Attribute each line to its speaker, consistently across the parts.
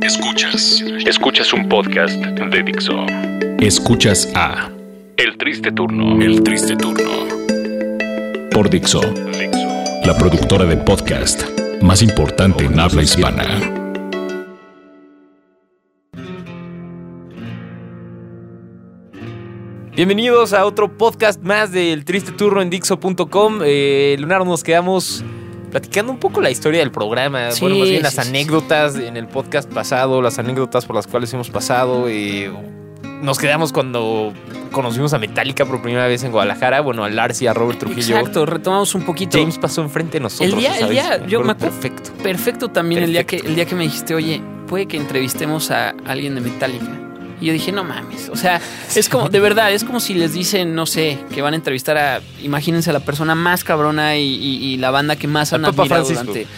Speaker 1: Escuchas. Escuchas un podcast de Dixo. Escuchas a El Triste Turno. El Triste Turno. Por Dixo. La productora de podcast más importante en habla hispana.
Speaker 2: Bienvenidos a otro podcast más del Triste Turno en Dixo.com. Eh, Leonardo, nos quedamos platicando un poco la historia del programa.
Speaker 3: Sí,
Speaker 2: bueno, más bien
Speaker 3: sí,
Speaker 2: las
Speaker 3: sí, sí.
Speaker 2: anécdotas en el podcast pasado, las anécdotas por las cuales hemos pasado. eh, nos quedamos cuando conocimos a Metallica por primera vez en Guadalajara. Bueno, a Lars y a Robert Trujillo.
Speaker 3: Exacto, retomamos un poquito.
Speaker 2: James pasó enfrente de nosotros.
Speaker 3: El día- el
Speaker 2: ¿sabes?
Speaker 3: día- yo me acuerdo-
Speaker 2: perfecto.
Speaker 3: Perfecto también el día que
Speaker 2: Perfecto.
Speaker 3: el día que me dijiste, oye, puede que entrevistemos a alguien de Metallica. Y yo dije, no mames. O sea, es como, de verdad, es como si les dicen, no sé, que van a entrevistar a, imagínense, a la persona más cabrona y, y- y la banda que más
Speaker 2: Al
Speaker 3: han
Speaker 2: Papa
Speaker 3: admirado
Speaker 2: Francisco.
Speaker 3: durante,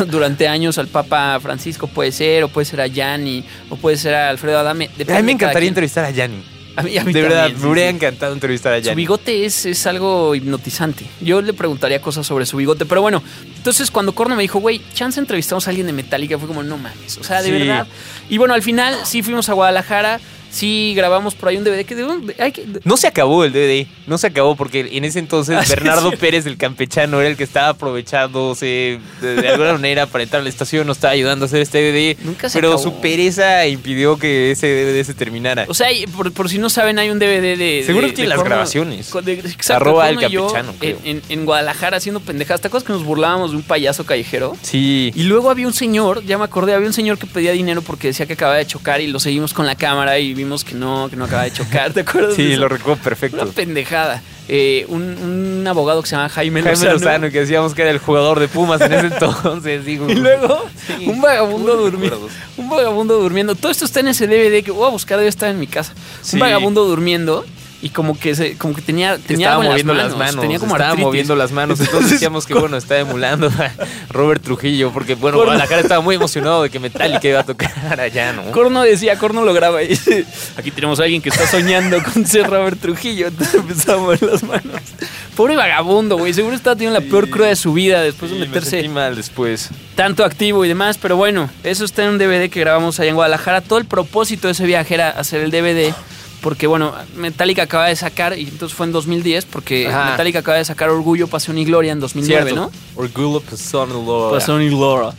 Speaker 3: al- durante años, al Papa Francisco puede ser, o puede ser a Yanni, o puede ser a Alfredo Adame.
Speaker 2: A mí me
Speaker 3: depende de cada
Speaker 2: encantaría
Speaker 3: quien.
Speaker 2: entrevistar a Yanni.
Speaker 3: A mí- a mí
Speaker 2: de verdad,
Speaker 3: también, sí,
Speaker 2: me hubiera
Speaker 3: sí.
Speaker 2: encantado entrevistar a
Speaker 3: Su
Speaker 2: Yanni.
Speaker 3: bigote es, es algo hipnotizante. Yo le preguntaría cosas sobre su bigote, pero bueno. Entonces, cuando Corno me dijo, güey, chance entrevistamos a alguien de Metallica, fue como, no mames, o sea, de
Speaker 2: Sí.
Speaker 3: verdad. Y bueno, al final sí fuimos a Guadalajara, sí grabamos por ahí un DVD que de, de- hay que- de-
Speaker 2: No se acabó el DVD, no se acabó porque en ese entonces
Speaker 3: Ah, sí,
Speaker 2: Bernardo
Speaker 3: sí.
Speaker 2: Pérez, el campechano, era el que estaba aprovechándose de, de alguna manera para entrar a la estación, nos estaba ayudando a hacer este DVD.
Speaker 3: Nunca se
Speaker 2: pero
Speaker 3: acabó.
Speaker 2: su pereza impidió que ese DVD se terminara.
Speaker 3: O sea, y por, por si no saben, hay un DVD de.
Speaker 2: Seguro
Speaker 3: de-
Speaker 2: tiene
Speaker 3: de
Speaker 2: las
Speaker 3: Corno-
Speaker 2: grabaciones.
Speaker 3: co- de- exacto,
Speaker 2: Arroba
Speaker 3: Corno
Speaker 2: el
Speaker 3: y yo
Speaker 2: Campechano, creo.
Speaker 3: En, en- en Guadalajara haciendo pendejadas. ¿Te acuerdas que nos burlábamos de un payaso callejero?
Speaker 2: sí.
Speaker 3: Y luego había un señor, ya me acordé, había un señor que pedía dinero porque decía que acababa de chocar y lo seguimos con la cámara y vimos que no, que no acaba de chocar, ¿te acuerdas? de
Speaker 2: Sí,
Speaker 3: eso?
Speaker 2: lo recuerdo
Speaker 3: Una
Speaker 2: perfecto.
Speaker 3: pendejada. Eh, un, un abogado que se llama Jaime,
Speaker 2: Jaime
Speaker 3: Lozano.
Speaker 2: Lozano, que decíamos que era el jugador de Pumas en ese entonces. digo,
Speaker 3: Y luego un vagabundo
Speaker 2: Puros
Speaker 3: durmiendo.
Speaker 2: recuerdos.
Speaker 3: Un vagabundo durmiendo. Todo esto está en ese DVD que voy a buscar, debe estar en mi casa.
Speaker 2: Sí.
Speaker 3: Un vagabundo durmiendo y como que se, como que tenía,
Speaker 2: Te
Speaker 3: tenía
Speaker 2: estaba
Speaker 3: algo en
Speaker 2: moviendo las manos,
Speaker 3: tenía como
Speaker 2: estaba
Speaker 3: artritis.
Speaker 2: moviendo las manos, entonces decíamos que bueno, estaba emulando a Robert Trujillo, porque bueno,
Speaker 3: Por-
Speaker 2: Guadalajara estaba muy emocionado de que Metallica iba a tocar allá, ¿no?
Speaker 3: ¿Eh? Corno decía, Corno lo graba y dice, aquí tenemos a alguien que está soñando con ser Robert Trujillo. Entonces empezaba a mover las manos. Pobre vagabundo, güey. Seguro estaba teniendo la peor cruda de su vida después
Speaker 2: Sí,
Speaker 3: de
Speaker 2: me
Speaker 3: meterse
Speaker 2: sentí mal después.
Speaker 3: tanto activo y demás. Pero bueno, eso está en un DVD que grabamos allá en Guadalajara. Todo el propósito de ese viaje era hacer el DVD. Porque bueno, Metallica acaba de sacar, y entonces fue en 2010, porque
Speaker 2: Ajá.
Speaker 3: Metallica acaba de sacar Orgullo, Pasión y Gloria en 2009,
Speaker 2: Cierto,
Speaker 3: ¿no?
Speaker 2: Orgullo
Speaker 3: pues,
Speaker 2: personal.
Speaker 3: Pasó y Laura.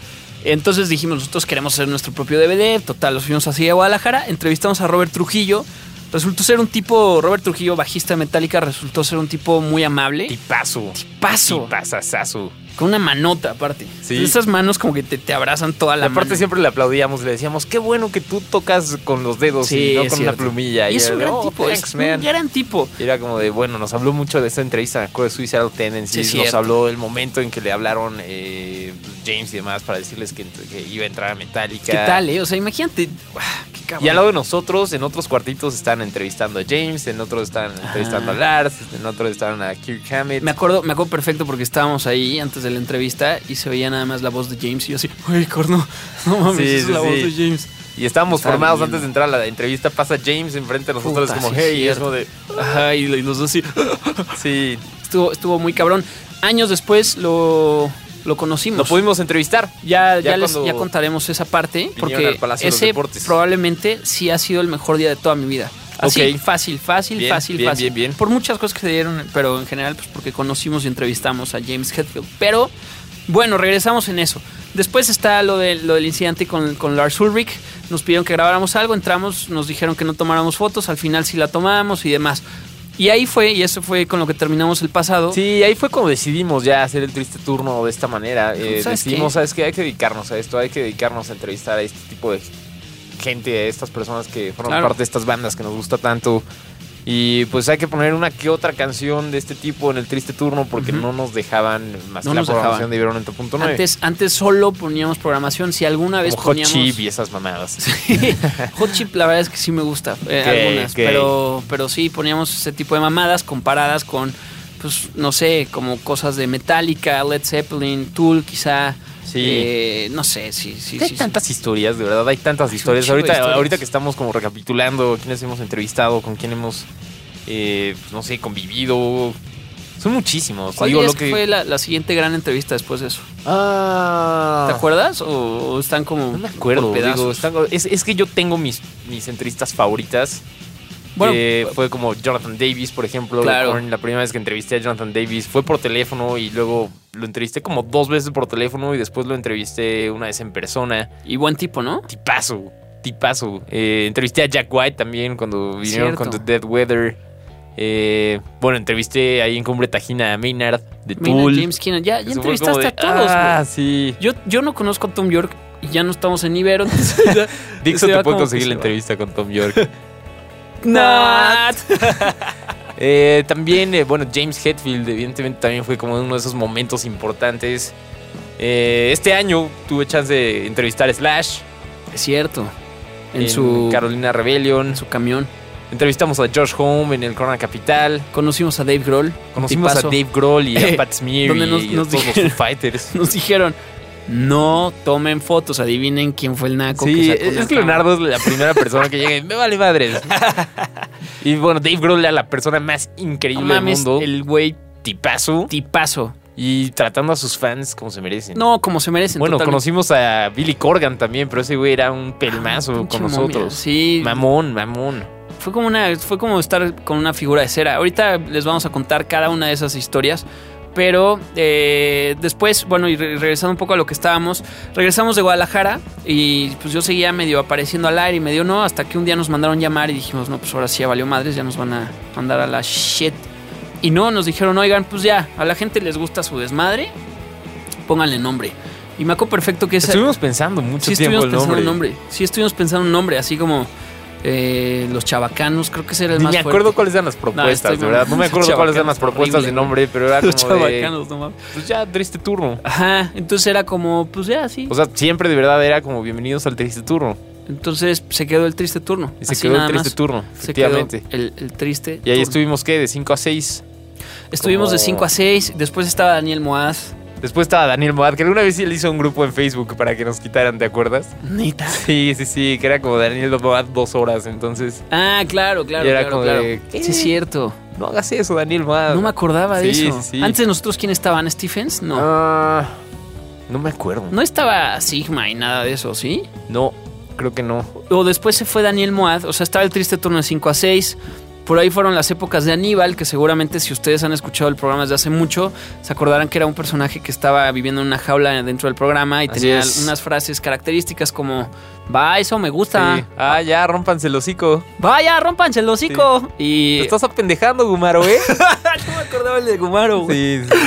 Speaker 3: Entonces dijimos, nosotros queremos hacer nuestro propio DVD. Total, los fuimos así a Guadalajara. Entrevistamos a Robert Trujillo. Resultó ser un tipo, Robert Trujillo, bajista de Metallica, resultó ser un tipo muy amable.
Speaker 2: Tipazo.
Speaker 3: Paso,
Speaker 2: Tipazazazo.
Speaker 3: con una manota aparte.
Speaker 2: Sí.
Speaker 3: Entonces, Esas manos como que te, te abrazan toda la
Speaker 2: La parte
Speaker 3: mano.
Speaker 2: siempre le aplaudíamos, le decíamos, qué bueno que tú tocas con los dedos
Speaker 3: Sí,
Speaker 2: y no
Speaker 3: es
Speaker 2: con una
Speaker 3: cierto.
Speaker 2: plumilla.
Speaker 3: Y es
Speaker 2: era
Speaker 3: un
Speaker 2: de,
Speaker 3: gran
Speaker 2: "Oh,
Speaker 3: tipo,
Speaker 2: thanks,
Speaker 3: es
Speaker 2: man".
Speaker 3: un gran tipo.
Speaker 2: Y Era como de, bueno, nos habló mucho de esta entrevista, me acuerdo de Suicidal Tendencies,
Speaker 3: Sí, es
Speaker 2: nos
Speaker 3: cierto.
Speaker 2: habló del momento en que le hablaron eh, James y demás para decirles que, que iba a entrar a Metallica.
Speaker 3: ¿Qué tal, eh? O sea, imagínate. Uah, qué cabrón.
Speaker 2: Y al lado de nosotros, en otros cuartitos están entrevistando a James, en otros están entrevistando a Lars, en otros están a Kirk Hammett.
Speaker 3: Me acuerdo, me acuerdo perfecto porque estábamos ahí antes de la entrevista y se veía nada más la voz de James y yo así, uy, corno, no mames,
Speaker 2: Sí,
Speaker 3: esa es
Speaker 2: sí,
Speaker 3: la
Speaker 2: sí.
Speaker 3: voz de James.
Speaker 2: Y estábamos
Speaker 3: Está
Speaker 2: formados
Speaker 3: bien.
Speaker 2: antes de entrar a la entrevista, pasa James enfrente de nosotros,
Speaker 3: Puta,
Speaker 2: como,
Speaker 3: sí,
Speaker 2: hey, y es
Speaker 3: cierto.
Speaker 2: como de,
Speaker 3: Ajá, y y los dos así.
Speaker 2: sí,
Speaker 3: Estuvo, estuvo muy cabrón. Años después lo, lo conocimos.
Speaker 2: lo pudimos entrevistar.
Speaker 3: ya,
Speaker 2: ya
Speaker 3: ya, les-
Speaker 2: cuando
Speaker 3: ya contaremos esa parte,
Speaker 2: al
Speaker 3: porque
Speaker 2: Palacio de los
Speaker 3: ese
Speaker 2: Deportes.
Speaker 3: probablemente sí ha sido el mejor día de toda mi vida. Así,
Speaker 2: Ok.
Speaker 3: fácil, fácil,
Speaker 2: Bien,
Speaker 3: fácil,
Speaker 2: bien,
Speaker 3: fácil.
Speaker 2: bien, bien.
Speaker 3: Por muchas cosas que se dieron, pero en general, pues porque conocimos y entrevistamos a James Hetfield. Pero bueno, regresamos en eso. Después está lo, de, lo del incidente con, con Lars Ulrich. Nos pidieron que grabáramos algo, entramos, nos dijeron que no tomáramos fotos, al final sí la tomamos y demás. Y ahí fue, y eso fue con lo que terminamos el pasado.
Speaker 2: Sí, ahí fue cuando decidimos ya hacer el triste turno de esta manera. Eh,
Speaker 3: ¿Sabes
Speaker 2: decidimos,
Speaker 3: qué?
Speaker 2: ¿sabes qué? Hay que dedicarnos a esto, hay que dedicarnos a entrevistar a este tipo de gente, a estas personas que forman
Speaker 3: Claro.
Speaker 2: parte de estas bandas que nos gusta tanto. Y pues hay que poner una que otra canción de este tipo en el triste turno porque
Speaker 3: Ujú.
Speaker 2: no nos dejaban más
Speaker 3: No
Speaker 2: que la
Speaker 3: nos dejaban.
Speaker 2: programación de Ibero 90.9.
Speaker 3: Antes, antes solo poníamos programación. Si alguna vez
Speaker 2: como Hot
Speaker 3: poníamos.
Speaker 2: Chip y esas mamadas.
Speaker 3: Sí. Hot Chip, la verdad es que sí me gusta. eh,
Speaker 2: Ok,
Speaker 3: algunas.
Speaker 2: ok.
Speaker 3: Pero, pero sí poníamos ese tipo de mamadas comparadas con, pues, no sé, como cosas de Metallica, Led Zeppelin, Tool, quizá.
Speaker 2: Sí.
Speaker 3: eh, no sé, sí, sí,
Speaker 2: hay
Speaker 3: sí, sí.
Speaker 2: tantas historias, de verdad, hay tantas historias.
Speaker 3: chingo de
Speaker 2: Ahorita,
Speaker 3: historias.
Speaker 2: ahorita que estamos como recapitulando quiénes hemos entrevistado, con quién hemos, eh, pues, no sé, convivido, Son muchísimos.
Speaker 3: ¿Cuál
Speaker 2: Digo,
Speaker 3: dirías
Speaker 2: lo
Speaker 3: que
Speaker 2: que-
Speaker 3: fue la, la siguiente gran entrevista después de eso?
Speaker 2: Ah.
Speaker 3: ¿Te acuerdas? ¿O, o están como
Speaker 2: No me
Speaker 3: por
Speaker 2: acuerdo.
Speaker 3: pedazos?
Speaker 2: digo, están- es, es que yo tengo mis, mis entrevistas favoritas.
Speaker 3: Bueno,
Speaker 2: que fue como Jonathan Davis, por ejemplo. de
Speaker 3: Claro.
Speaker 2: Korn. La primera vez que entrevisté a Jonathan Davis fue por teléfono y luego lo entrevisté como dos veces por teléfono y después lo entrevisté una vez en persona.
Speaker 3: Y buen tipo, ¿no?
Speaker 2: Tipazo, tipazo. Eh, entrevisté a Jack White también cuando vinieron
Speaker 3: Cierto.
Speaker 2: con The Dead Weather. Eh, bueno, entrevisté ahí en Cumbre Tajina a Maynard de
Speaker 3: Mira,
Speaker 2: Tool.
Speaker 3: James Keenan. Ya, ya
Speaker 2: Eso fue como
Speaker 3: entrevistaste
Speaker 2: de,
Speaker 3: a todos,
Speaker 2: Ah,
Speaker 3: güey.
Speaker 2: sí.
Speaker 3: Yo, yo no conozco a Tom York y ya no estamos en Ibero. entonces ya-
Speaker 2: Dixon
Speaker 3: se
Speaker 2: te
Speaker 3: va
Speaker 2: puede
Speaker 3: como
Speaker 2: conseguir
Speaker 3: que
Speaker 2: la
Speaker 3: se va.
Speaker 2: entrevista con Tom York.
Speaker 3: Nat.
Speaker 2: Eh, también, eh, bueno, James Hetfield, evidentemente, también fue como uno de esos momentos importantes. Eh, este año tuve chance de entrevistar a Slash
Speaker 3: Es cierto. En, su,
Speaker 2: Carolina Rebellion.
Speaker 3: en su camión.
Speaker 2: Entrevistamos a Josh Home en el Corona Capital.
Speaker 3: Conocimos a Dave Grohl.
Speaker 2: Conocimos
Speaker 3: tipazo.
Speaker 2: a Dave Grohl y a
Speaker 3: Eh,
Speaker 2: Pat Smear
Speaker 3: donde
Speaker 2: y,
Speaker 3: nos-
Speaker 2: a
Speaker 3: nos
Speaker 2: todos
Speaker 3: dijeron-
Speaker 2: los Foo Fighters.
Speaker 3: Nos dijeron, no tomen fotos. Adivinen quién fue el naco que
Speaker 2: Sí,
Speaker 3: sacó
Speaker 2: es
Speaker 3: una
Speaker 2: que
Speaker 3: cámara.
Speaker 2: Leonardo es la primera persona que llega y me vale madres. y bueno, Dave Grohl era la persona más increíble
Speaker 3: No mames,
Speaker 2: del mundo.
Speaker 3: el güey
Speaker 2: tipazo
Speaker 3: tipazo.
Speaker 2: y tratando a sus fans como se merecen.
Speaker 3: No, como se merecen.
Speaker 2: Bueno,
Speaker 3: totalmente.
Speaker 2: conocimos a Billy Corgan también, pero ese güey era un pelmazo
Speaker 3: Ah, Pinche
Speaker 2: con
Speaker 3: momia.
Speaker 2: nosotros.
Speaker 3: Sí,
Speaker 2: Mamón, mamón.
Speaker 3: fue como una, fue como estar con una figura de cera. Ahorita les vamos a contar cada una de esas historias. Pero eh, después, bueno, y re- regresando un poco a lo que estábamos, regresamos de Guadalajara y pues yo seguía medio apareciendo al aire y medio no, hasta que un día nos mandaron llamar y dijimos, no, pues ahora sí ya valió madres, ya nos van a mandar a la shit. Y no, nos dijeron, oigan, pues ya, a la gente les gusta su desmadre, pónganle nombre. Y me acuerdo perfecto que esa,
Speaker 2: Estuvimos pensando mucho
Speaker 3: sí
Speaker 2: tiempo
Speaker 3: estuvimos
Speaker 2: el
Speaker 3: pensando
Speaker 2: nombre.
Speaker 3: un nombre. Sí estuvimos pensando un nombre, así como eh, los chabacanos, creo que ese era el
Speaker 2: Ni
Speaker 3: más
Speaker 2: me
Speaker 3: fuerte.
Speaker 2: acuerdo cuáles eran las propuestas,
Speaker 3: estoy
Speaker 2: de verdad. No me acuerdo cuáles eran las
Speaker 3: Chabacanos,
Speaker 2: propuestas de
Speaker 3: horrible.
Speaker 2: nombre, pero era
Speaker 3: Los
Speaker 2: como de,
Speaker 3: chabacanos, no mames.
Speaker 2: pues ya triste turno.
Speaker 3: Ajá, entonces era como, pues ya, sí.
Speaker 2: O sea, siempre de verdad era como bienvenidos al triste turno.
Speaker 3: entonces se quedó el triste turno.
Speaker 2: Y se
Speaker 3: así
Speaker 2: quedó el
Speaker 3: nada
Speaker 2: triste
Speaker 3: más.
Speaker 2: turno,
Speaker 3: Se quedó
Speaker 2: efectivamente.
Speaker 3: el, el triste.
Speaker 2: Y ahí
Speaker 3: turno.
Speaker 2: estuvimos, ¿qué? De 5 a 6.
Speaker 3: Estuvimos de
Speaker 2: como-
Speaker 3: 5 a 6. Después estaba Daniel Moaz.
Speaker 2: Después estaba Daniel Moad, que alguna vez sí le hizo un grupo en Facebook para que nos quitaran, ¿te acuerdas?
Speaker 3: Neta.
Speaker 2: Sí, sí, sí, que era como Daniel Moad dos horas, entonces.
Speaker 3: Ah, claro, claro.
Speaker 2: Y era
Speaker 3: claro,
Speaker 2: como
Speaker 3: claro.
Speaker 2: de, ¿qué?
Speaker 3: Sí, es cierto.
Speaker 2: No hagas eso, Daniel Moad.
Speaker 3: No me acordaba de
Speaker 2: Sí,
Speaker 3: eso.
Speaker 2: sí, sí.
Speaker 3: Antes de nosotros, ¿quién estaban? ¿Stephens? No.
Speaker 2: Ah, no me acuerdo.
Speaker 3: No estaba Sigma y nada de eso, ¿sí?
Speaker 2: No, creo que no.
Speaker 3: O después se fue Daniel Moad, o sea, estaba el triste turno de 5 a 6. Por ahí fueron las épocas de Aníbal, que seguramente si ustedes han escuchado el programa desde hace mucho, se acordarán que era un personaje que estaba viviendo en una jaula dentro del programa y
Speaker 2: Así
Speaker 3: tenía
Speaker 2: es.
Speaker 3: unas frases características como, va, eso me gusta,
Speaker 2: Sí. Ah, ya, rompanse el hocico.
Speaker 3: vaya, rompanse el hocico. Y...
Speaker 2: Te estás apendejando, Gumaro, ¿eh?
Speaker 3: no me acordaba el de Gumaro, güey.
Speaker 2: sí, sí.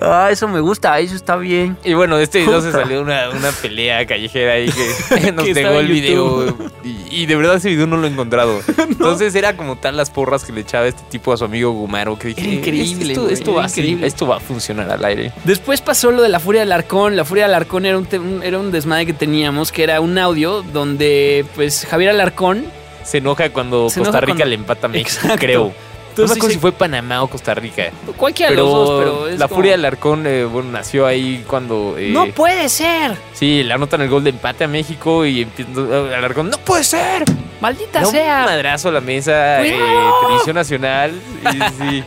Speaker 3: Ah, eso me gusta, eso está bien.
Speaker 2: Y bueno, de este video se salió una, una pelea callejera ahí que nos
Speaker 3: Que está
Speaker 2: pegó
Speaker 3: en
Speaker 2: el video.
Speaker 3: YouTube.
Speaker 2: Y, y de verdad ese video no lo he encontrado. Entonces era como tal las porras que le echaba este tipo a su amigo Gumaro. Que dije,
Speaker 3: Era increíble,
Speaker 2: "Es- Esto,
Speaker 3: güey,
Speaker 2: esto
Speaker 3: era
Speaker 2: va así,
Speaker 3: increíble".
Speaker 2: esto va a funcionar al aire.
Speaker 3: Después pasó lo de la Furia del Arcón. La Furia del Arcón era un, te- un- era un desmadre que teníamos, que era un audio donde, pues, Javier Alarcón.
Speaker 2: Se enoja cuando
Speaker 3: Se enoja
Speaker 2: Costa Rica
Speaker 3: cuando-
Speaker 2: le empata a México,
Speaker 3: Exacto.
Speaker 2: creo. No me
Speaker 3: Entonces,
Speaker 2: acuerdo
Speaker 3: sí,
Speaker 2: si fue Panamá o Costa Rica.
Speaker 3: cualquiera de
Speaker 2: Pero,
Speaker 3: los dos, pero es
Speaker 2: la
Speaker 3: como,
Speaker 2: furia del Arcón eh, bueno, nació ahí cuando... eh,
Speaker 3: ¡No puede ser!
Speaker 2: Sí, le anotan el gol de empate a México y empieza- Alarcón, ¡no puede ser!
Speaker 3: ¡Maldita
Speaker 2: Da un
Speaker 3: sea!
Speaker 2: madrazo a la mesa, eh,
Speaker 3: ¡Cuidado!
Speaker 2: televisión nacional. Y, sí,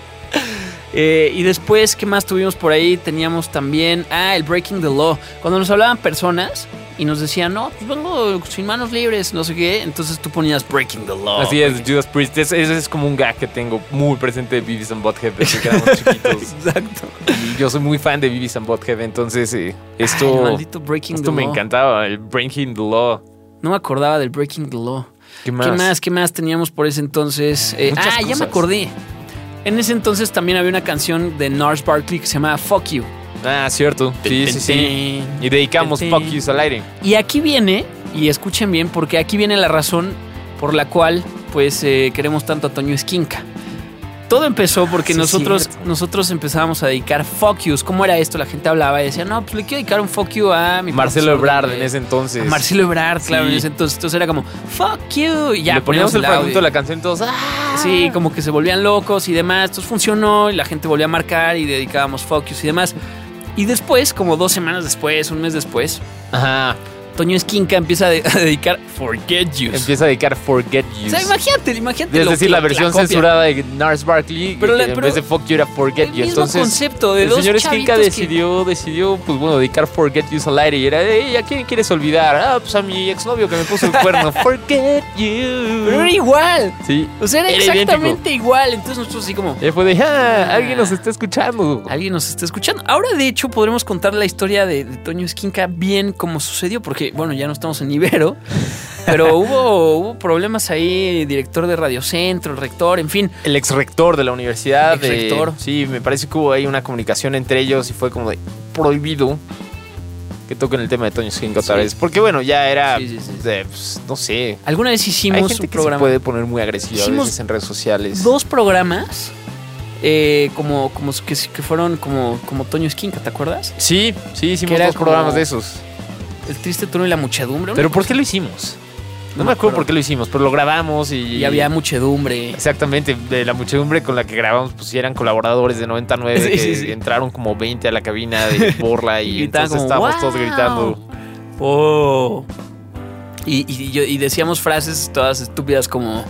Speaker 3: Eh, y después, ¿qué más tuvimos por ahí? Teníamos también, ah, el Breaking the Law. Cuando nos hablaban personas y nos decían, no, pues vengo sin manos libres, no sé qué. Entonces tú ponías Breaking the Law.
Speaker 2: así es, Judas Priest. Es- Ese es, como un gag que tengo muy presente de Beavis and Butthead desde que éramos chiquitos.
Speaker 3: Exacto.
Speaker 2: Y yo soy muy fan de Beavis and Butthead, entonces eh,
Speaker 3: Ay, el
Speaker 2: esto,
Speaker 3: maldito Breaking
Speaker 2: esto
Speaker 3: the
Speaker 2: me
Speaker 3: Law.
Speaker 2: encantaba, el Breaking the Law.
Speaker 3: No me acordaba del Breaking the Law.
Speaker 2: ¿Qué más?
Speaker 3: ¿Qué más? ¿Qué más teníamos por ese entonces? Eh, ah,
Speaker 2: Muchas
Speaker 3: ya me
Speaker 2: cosas.
Speaker 3: acordé. En ese entonces también había una canción de Nars Barkley que se llamaba Fuck You.
Speaker 2: Ah, cierto. Sí, sí, sí. Y dedicamos
Speaker 3: Ten,
Speaker 2: Fuck
Speaker 3: ten.
Speaker 2: Yous al aire.
Speaker 3: Y aquí viene, y escuchen bien, porque aquí viene la razón por la cual pues eh, queremos tanto a Toño Esquinca. Todo empezó porque
Speaker 2: Sí,
Speaker 3: nosotros,
Speaker 2: cierto.
Speaker 3: nosotros empezábamos a dedicar fuck yous. ¿Cómo era esto? La gente hablaba y decía, no, pues le quiero dedicar un fuck you a mi
Speaker 2: Marcelo
Speaker 3: profesor
Speaker 2: Ebrard
Speaker 3: de-
Speaker 2: en ese entonces.
Speaker 3: a Ah, Marcelo Ebrard, claro,
Speaker 2: Sí.
Speaker 3: en ese entonces. Entonces era como, fuck you. Y ya,
Speaker 2: Le poníamos el fragmento de
Speaker 3: audio.
Speaker 2: la canción y todos. ¡Ah!
Speaker 3: Sí, como que se volvían locos y demás. Entonces funcionó y la gente volvió a marcar y dedicábamos focus y demás. Y después, como dos semanas después, un mes después,
Speaker 2: Ajá.
Speaker 3: Toño Esquinca empieza a, de- a dedicar Forget You.
Speaker 2: Empieza a dedicar Forget
Speaker 3: O
Speaker 2: You.
Speaker 3: sea, imagínate, imagínate.
Speaker 2: Es
Speaker 3: lo
Speaker 2: decir,
Speaker 3: que-
Speaker 2: la versión
Speaker 3: copia.
Speaker 2: censurada de Nars Barkley,
Speaker 3: Pero la-
Speaker 2: que en
Speaker 3: pero-
Speaker 2: vez de Fuck You era Forget
Speaker 3: El
Speaker 2: You.
Speaker 3: mismo
Speaker 2: Entonces,
Speaker 3: concepto de
Speaker 2: el
Speaker 3: dos
Speaker 2: señor Esquinca
Speaker 3: chavitos que-
Speaker 2: decidió, decidió, pues bueno, dedicar Forget You al aire. Y era, "Ey, ¿a quién quieres olvidar? Ah, pues a mi exnovio que me puso el cuerno. Forget
Speaker 3: Pero era
Speaker 2: You.
Speaker 3: igual.
Speaker 2: Sí.
Speaker 3: O sea, era,
Speaker 2: Era
Speaker 3: exactamente igual. Entonces nosotros así como...
Speaker 2: Y fue de, ah, alguien nos está escuchando.
Speaker 3: Alguien nos está escuchando. Ahora, de hecho, podremos contar la historia de, de Toño Esquinca bien como sucedió, porque, bueno, ya no estamos en Ibero, pero hubo, hubo problemas ahí, director de Radiocentro, el rector, en fin.
Speaker 2: El ex rector de la universidad.
Speaker 3: El exrector.
Speaker 2: eh, sí, me parece que hubo ahí una comunicación entre ellos y fue como de prohibido que toquen el tema de Toño Esquinca otra
Speaker 3: Sí.
Speaker 2: vez. Porque bueno, ya era,
Speaker 3: Sí, sí, sí.
Speaker 2: de, pues, no sé,
Speaker 3: Alguna vez
Speaker 2: Hay
Speaker 3: hicimos
Speaker 2: gente
Speaker 3: un
Speaker 2: que se
Speaker 3: programa,
Speaker 2: puede poner muy agresiva a
Speaker 3: Hicimos
Speaker 2: veces en redes sociales.
Speaker 3: dos programas, eh, como, como que, que fueron como, como Toño Esquinca, ¿te acuerdas?
Speaker 2: Sí, sí, hicimos
Speaker 3: Que era
Speaker 2: dos programas
Speaker 3: como-
Speaker 2: de esos.
Speaker 3: El triste turno y la muchedumbre. ¿no?
Speaker 2: Pero ¿por qué lo hicimos? No,
Speaker 3: No
Speaker 2: me
Speaker 3: me
Speaker 2: acuerdo
Speaker 3: acuerdo.
Speaker 2: por qué lo hicimos, pero lo grabamos y...
Speaker 3: y había muchedumbre.
Speaker 2: Exactamente, de la muchedumbre con la que grabamos, pues sí eran colaboradores de 99,
Speaker 3: Sí,
Speaker 2: que
Speaker 3: sí, sí.
Speaker 2: entraron como 20 a la cabina de Borla y,
Speaker 3: Y gritaban
Speaker 2: entonces
Speaker 3: como,
Speaker 2: estábamos todos
Speaker 3: "¡Wow!".
Speaker 2: gritando.
Speaker 3: Oh. Y, y- y yo- y decíamos frases todas estúpidas como,